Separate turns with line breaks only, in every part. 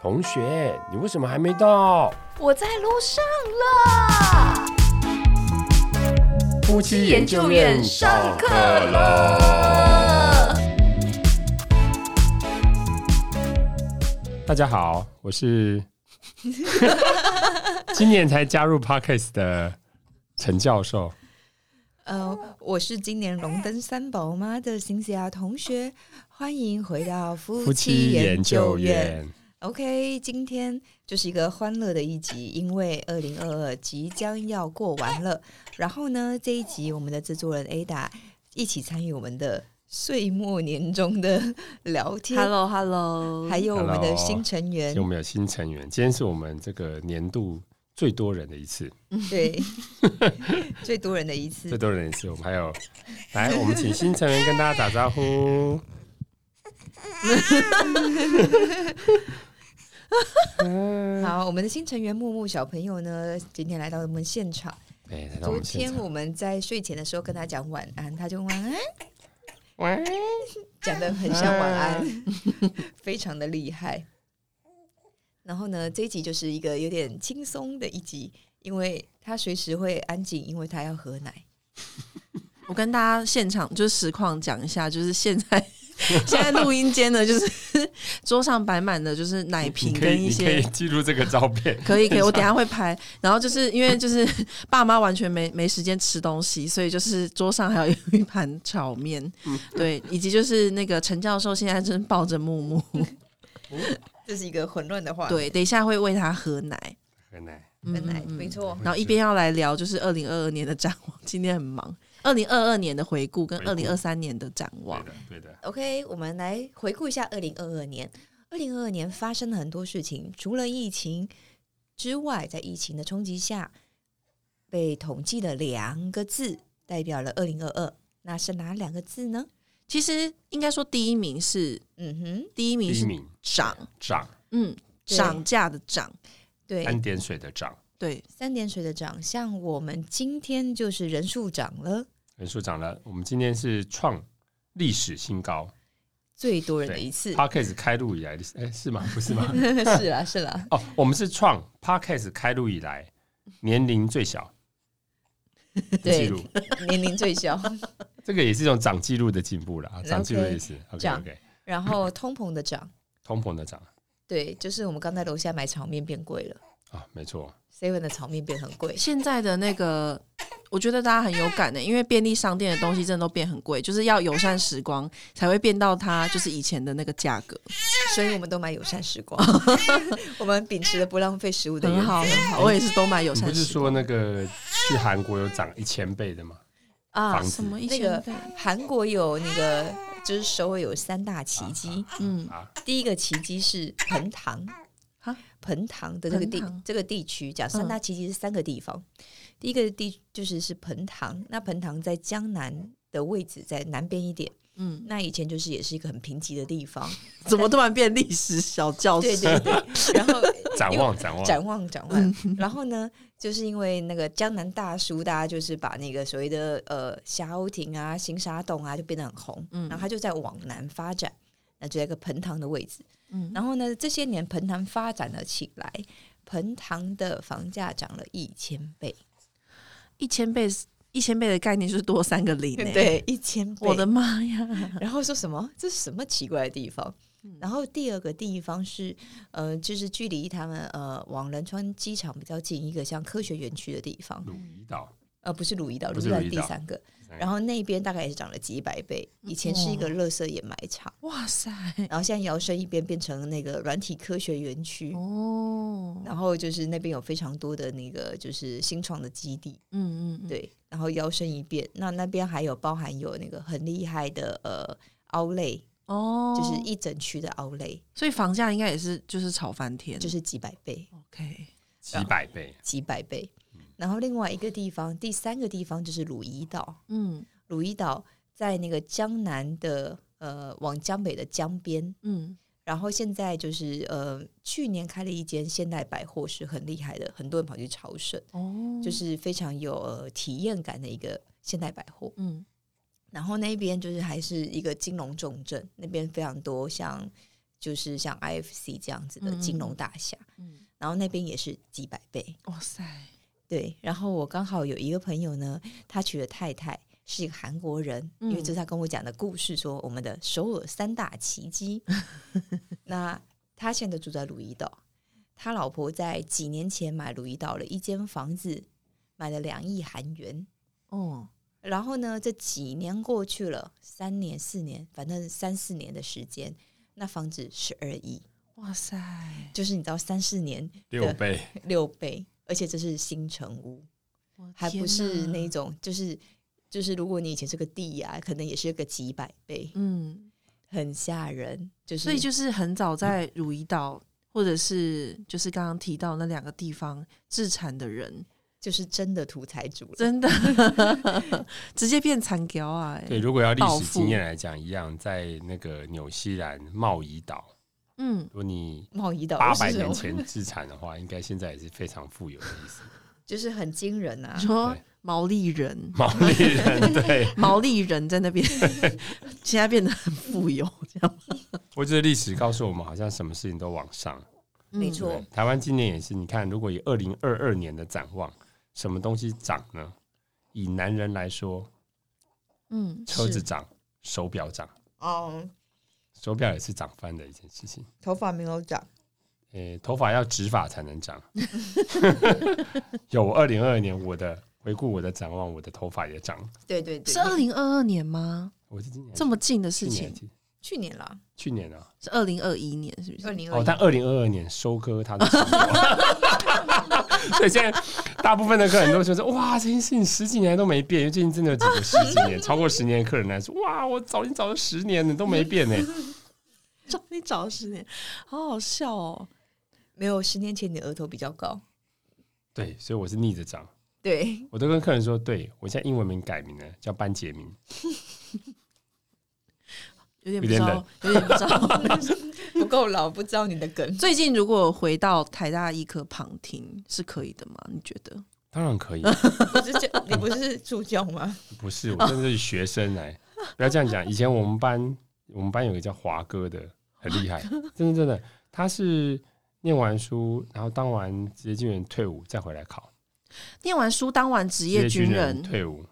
同学，你为什么还没到？
我在路上了。
夫妻研究院上课了。大家好，我是 今年才加入 Parkes 的陈教授。
呃，我是今年荣登三宝妈的辛西亚同学，欢迎回到夫
夫妻
妻
研
研
究
究
院
院。，OK，今天就是一个欢乐的一集，因为二零二二即将要过完了。然后呢，这一集我们的制作人 Ada 一起参与我们的岁末年终的聊天
Hello Hello，
还有我们的
Hello
新成员
所以我们有新成员，今天是我们这个年度最多人的一次，
对最多人的一次
最。多人的一次。我们还有，来，我们请新成员跟大家打招呼。
好，我们的新成员木木小朋友呢，今天来到我们现场。
哎，来到我
昨
们现
天
场，
我们在睡前的时候跟他讲晚安，他就晚安，晚安，讲的很像晚安， 非常的厉害。然后呢，这一集就是一个有点轻松的一集，因为他随时会安静，因为他要喝奶。
我跟大家现场就是实况讲一下，就是现在现在录音间呢，就是 桌上摆满的就是奶瓶
你可以
跟一
你可以
些。
记录这个照 片，
可以可以，我等一下会拍。然后就是因为就是 爸妈完全没没时间吃东西，所以就是桌上 还有一盘炒面，
嗯
对，以及就是那个陈教授现在正抱着 木木，
这是一个混乱的话，，
对，等一下会喂他喝奶，
很奶。
嗯
喝奶
嗯嗯
没错。
然后一边要来聊就是二零二二年的展望，今天很忙，二零二二年的回顾跟
回顾
二零二三年的展
对
望，
的，对的。
OK，我们来回顾一下二零二二年。二零二二年发生了很多事情，除了疫情之外，在疫情的冲击下，被统计的两个字代表了二零二二，那是哪两个字呢？
其实应该说第一名是
嗯哼，
第一
第
名
一
是
名
涨，
涨，
嗯，
对
涨价的涨，
对，
三点水的涨，
对，
三点水的涨，像我们今天就是人数涨了
人数涨了。我们今天是创历史新高
最多人的一次
p，a r k a s 开录以来的，哎，是吗？不是吗？
是啦是啊啦，
哦，我们是创 p a r k a s 开录以来年龄最小的记
对
录，
年龄最小。
这个也是一种涨记录的进步啦，啊涨记录
OK，
也是 OK
涨
OK，
然后通膨的涨，
通膨的涨
对，就是我们刚才楼下买炒面变贵了
啊，没错，
，seven 的炒面变很贵。
现在的那个，我觉得大家很有感的、欸因为便利商店的东西真的都变很贵，就是要友善时光才会变到它就是以前的那个价格，
所以我们都买友善时 光，我们秉持了不浪费食物的原
很
则
好很好，我也是都买友
你不
善
是
时
说
光。
那个去韩国有涨一千倍的吗？
啊
房。子
什么一
那
千
个
倍
韩国有那个，就是首尔有三大奇迹，
嗯，
啊，
第一个奇迹是盆塘
哈，
盆塘的这个地
盆塘嗯
这个地区，讲三大奇迹是三个地方，第一个地就是是盆塘，那盆塘在江南的位置在南边一点，
嗯，
那以前就是也是一个很贫瘠的地方，
怎么突然变历史小教
对
师？
对对，然后
展望展望，
展望展望。
嗯
然后呢，就是因为那个江南大叔，大家就是把那个所谓的呃霞欧亭啊、新沙洞啊，就变得很红。
嗯
然后他就在往南发展，那就在一个盆塘的位置。
嗯
然后呢，这些年盆塘发展了起来，盆塘的房价涨了一千 倍，
一千倍，一千倍的概念就是多三个零、欸。，
对， 一千倍。
我的妈呀！
然后说什么？这是什么奇怪的地方？
嗯
然后第二个地方是，呃，就是距离他们呃往仁川机场比较近一个像科学园区的地方，
鲁伊岛
呃，不是鲁伊岛，
不
鲁
是
伊岛
鲁伊
第
岛
三个
三个，
然后那边大概也是涨了几百倍。以前是一
哦
个垃圾掩埋场，
哇塞！
然后现在摇身一变变成那个软体科学园区，
哦，
然后就是那边有非常多的那个就是新创的基地，
嗯嗯，嗯，
对，然后摇身一变，那那边还有包含有那个很厉害的呃凹类，
哦，
就是，一整区的凹类，
所以房价应该也是就是炒翻天，
就是几百倍，
哦 OK，
几百倍，
几百倍。
嗯
然后另外一个地方，第三个地方就是鲁伊岛，
嗯
鲁伊岛在那个江南的呃往江北的江边，
嗯，
然后现在就是呃去年开了一间现代百货，是很厉害的，很多人跑去朝圣，
哦，
就是是非常有、呃、体验感的一个现代百货。
嗯
然后那边就是还是一个金融重镇，那边非常多像就是像 IFC 这样子的
嗯嗯
金融
嗯
大厦，
嗯，
然后那边也是几百倍。
哇塞，
对，然后我刚好有一个朋友呢，他娶的太太是一个韩国人，因为这是他跟我讲的故事，说我们的首尔三大奇迹。那他现在住在鲁伊岛，他老婆在几年前买鲁伊岛了一间房子，买了两亿韩元。
哦，
然后呢，这几年过去了，三年、四年，反正三四年的时间，那房子十二亿，
哇塞，
就是你知道三四年
六倍，
六倍，而且这是新城屋。
我
还
天
不是
哪
那嗯种，就是就是，如果你以前是个地啊，可能也是个几百倍，
嗯，
很吓人。就是，
所以就是很早在汝矣岛。或者是就是刚刚提到那两个地方自产的人，
就是真的土财主了。
真的直接变残条啊、欸！
对，如果要历
暴
史
富
经验来讲，一样在那个纽西兰贸易岛，
嗯
如，果你
贸易岛
八
是
百
什
年
么
前 自产的话，应该现在也是非常富有的 意思。
就是很惊人啊
你！说
对
毛利人，
毛利人，对，
毛利人在那边，现在变得很富有，这样
我觉得历史告诉我们，好像什么事情都往上。
没
对
错
不对，台湾今年也是，你看，如果以二零二二年的展望，什么东西涨呢？以男人来说，
嗯，
车子
是
涨，手表涨，
哦，
手表也是涨翻的一件事情。
头发没有长，
诶、头发要直发才能长。 有，我二零二二年我的回顾我的展望，我的头发也长了。
对对对，
是二零二二年吗？
我是今年
这么近的事
去年
情
去
去年啦，
去年啊，
是二零二一年，是不
二
是？
零二
哦，但二零二二年收割他的成果。 所以现在大部分的客人都觉得 哇，这件事情十几年都没变。因为最近真的有几个十几 年，超过十年的客人来说，哇，我早已经早了十年了，都没 变呢。
找你找了十年，好好笑哦！
没有十年前你的额头比较 高，
对，所以我是逆着长。
对，
我都跟客人说，对我现在英文名改名了，叫班杰明。
有点不
有
知
点
道
冷，
有点不知道。
不够老，不知道你的梗。
最近如果回到台大医科旁听是可以的吗？你觉得？
当然可以，
不是这，你不是助教吗？
不是，我真的是学生哎、不要这样讲。以前我们班，我们班有个叫华哥的，很厉害，真的真的，他是念完书，然后当完职业军人退伍，再回来考
念完书当完职业军人，
退伍，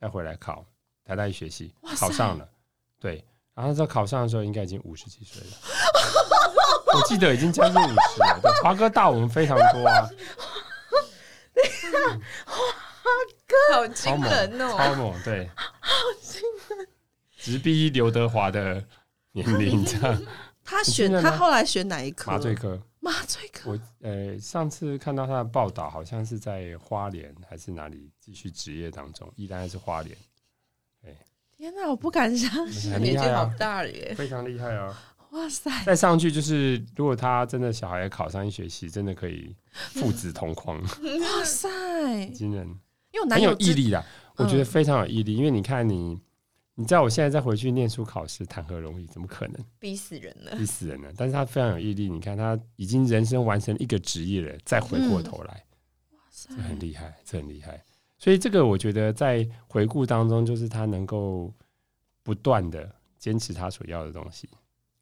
再回来考台大医学系
哇，塞
考上了，对，然后在考上的时候应该已经五十几岁了。我记得已经将近五十了，对华哥大我们非常多啊，
好
超
惊
猛，
人哦！
超猛，对，好直逼刘德华的年龄，这样
他
你
选
听了
他
吗
后来选哪一科？
麻醉科。
麻醉科
我呃，上次看到他的报道，好像是在花莲还是哪里继续职业当中，依然还是花莲，
天哪，我不敢想，
很厉
年纪
害
好
啊，
大了耶！
非常厉害啊！
哇塞！
再上去就是，如果他真的小孩也考上一学期，真的可以父子同框，
哇塞！嗯
惊人，
因为我男
很有
友
毅
之
力啦。我觉得
嗯
非常有毅力，因为你看你，你知道我现在再回去念书考试，谈何容易？怎么可能？
逼死人了。
逼死人了！但是他非常有毅力，你看他已经人生完成一个职业了，再回过头来，这很厉害，这很厉害。所以这个我觉得在回顾当中，就是他能够不断的坚持他所要的东西，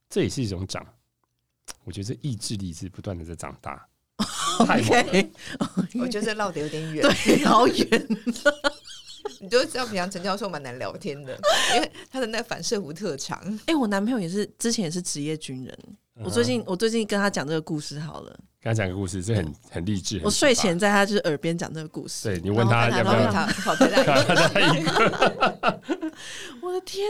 这也是一种长。我觉得这意志力是不断的在长大，太猛了。
OK，
我觉得这绕得有点远，
对，好 远。
你就知道平常陈教授蛮难聊天的，因为他的那个反射弧特长。
哎、我男朋友也是，之前也是职业军人。
嗯
我最近，我最近跟他讲这个故事好了。
刚才讲个故事，这很很励志。很
我睡
启发
前，在他就是耳边讲这个故事。
对你问他要
然
不
后看
要
他考台大，
看他一个，
我的天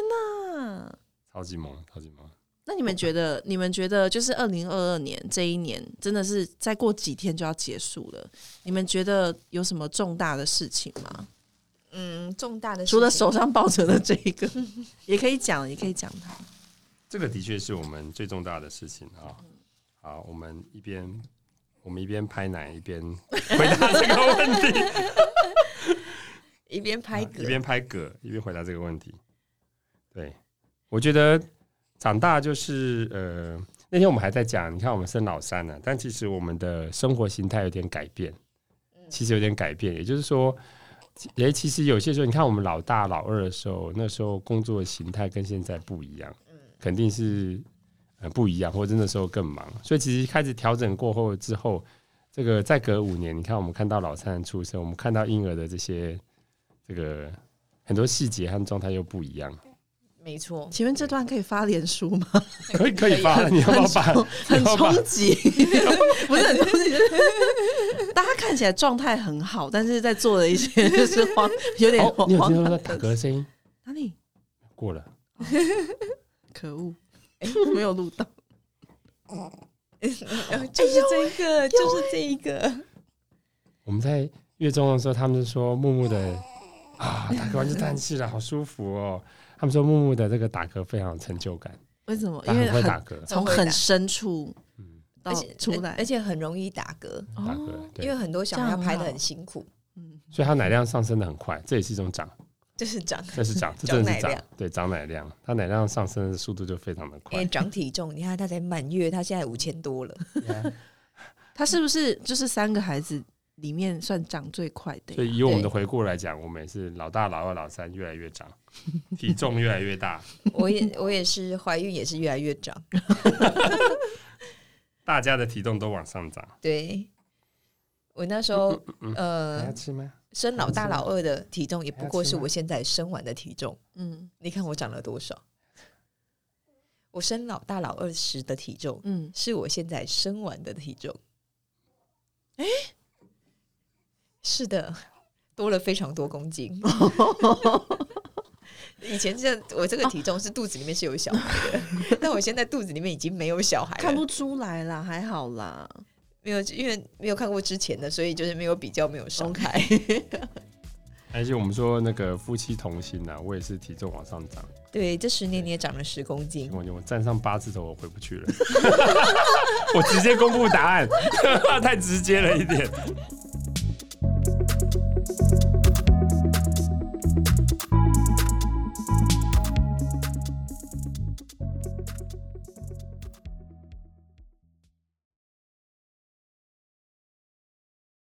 哪！
超级猛，超级猛。
那你们觉得，你们觉得就是二零二二年这一年，真的是再过几天就要结束了？你们觉得有什么重大的事情吗？
嗯，重大的
除了
手，
手上抱着的这一 个，也可以讲，也可以讲他。
这个的确是我们最重大的事情啊！好，我们一边我们一边拍奶一边回答这个问题，
一边拍嗝
啊一边拍嗝一边回答这个问题。对，我觉得长大就是呃，那天我们还在讲，你看我们生老三了、但其实我们的生活形态有点改变，其实有点改变，也就是说。其诶，其实有些时候，你看我们老大、老二的时候，那时候工作形态跟现在不一样，肯定是呃不一样，或者那时候更忙。所以其实开始调整过后之后，这个再隔五年，你看我们看到老三的出生，我们看到婴儿的这些这个很多细节和状态又不一样。
没错，
请问这段可以发脸书吗？
可以可以发， 你要不要发？
很
你要不要
冲击， 不是很冲击。大家看起来状态很好，但是在做的 一些就是慌，有点
哦，
慌。
你有听到打嗝的声音？
哪里？
过了，
可恶，
哎
没有录到。
就是这个，就是这一个。
我们在月中的时候，他们就说木木的啊，打嗝完就叹气了，好舒服哦。他们说木木的这个打嗝非常有成就感，
为什么？
他
因为
很会
很
打嗝，
从很深处
嗯，
到
而且
出来，
而且很容易打嗝，
哦
打嗝，
因
对，
为很多小孩
这
要
样
排的
啊
很辛苦，
嗯，
所以他奶量上升的很快，这也是一种长，
就是长，
这是长，这
长
真的
奶
是长
量，
对，长奶量，他奶量上升的速度就非常的
因
快
为。长体重。你看他才满月，他现在五千多了，
他是不是就是三个孩子里面算长最快的呀？
所以以我们的
对
回顾来讲，我们也是老大、老二、老三越来越 长，体重越来越大，
我也我也是怀孕，也是越来越长。
大家的体重都往上涨。
对，我那时候
嗯还要
呃
吃吗？
生老大老二的体重也不
还
过
要吃
是
吗
我现在生完的体重，
嗯
你看我长了多少？我生老大老二时的体重
嗯，
是我现在生完的体重。哎，是的，多了非常多公 斤。以前这样我这个体重是肚子里面是有小孩的， 但我现在肚子里面已经没有小孩了，
看不出来啦，还好啦。
没有，因为没有看过之前的，所以就是没有比较，没有伤 害。
而且我们说那个夫妻同心呐、我也是体重往上涨，
对，这十年你也长了十公斤，
我我站上八字头我回 不去了，我直接公布答案，太直接了一点。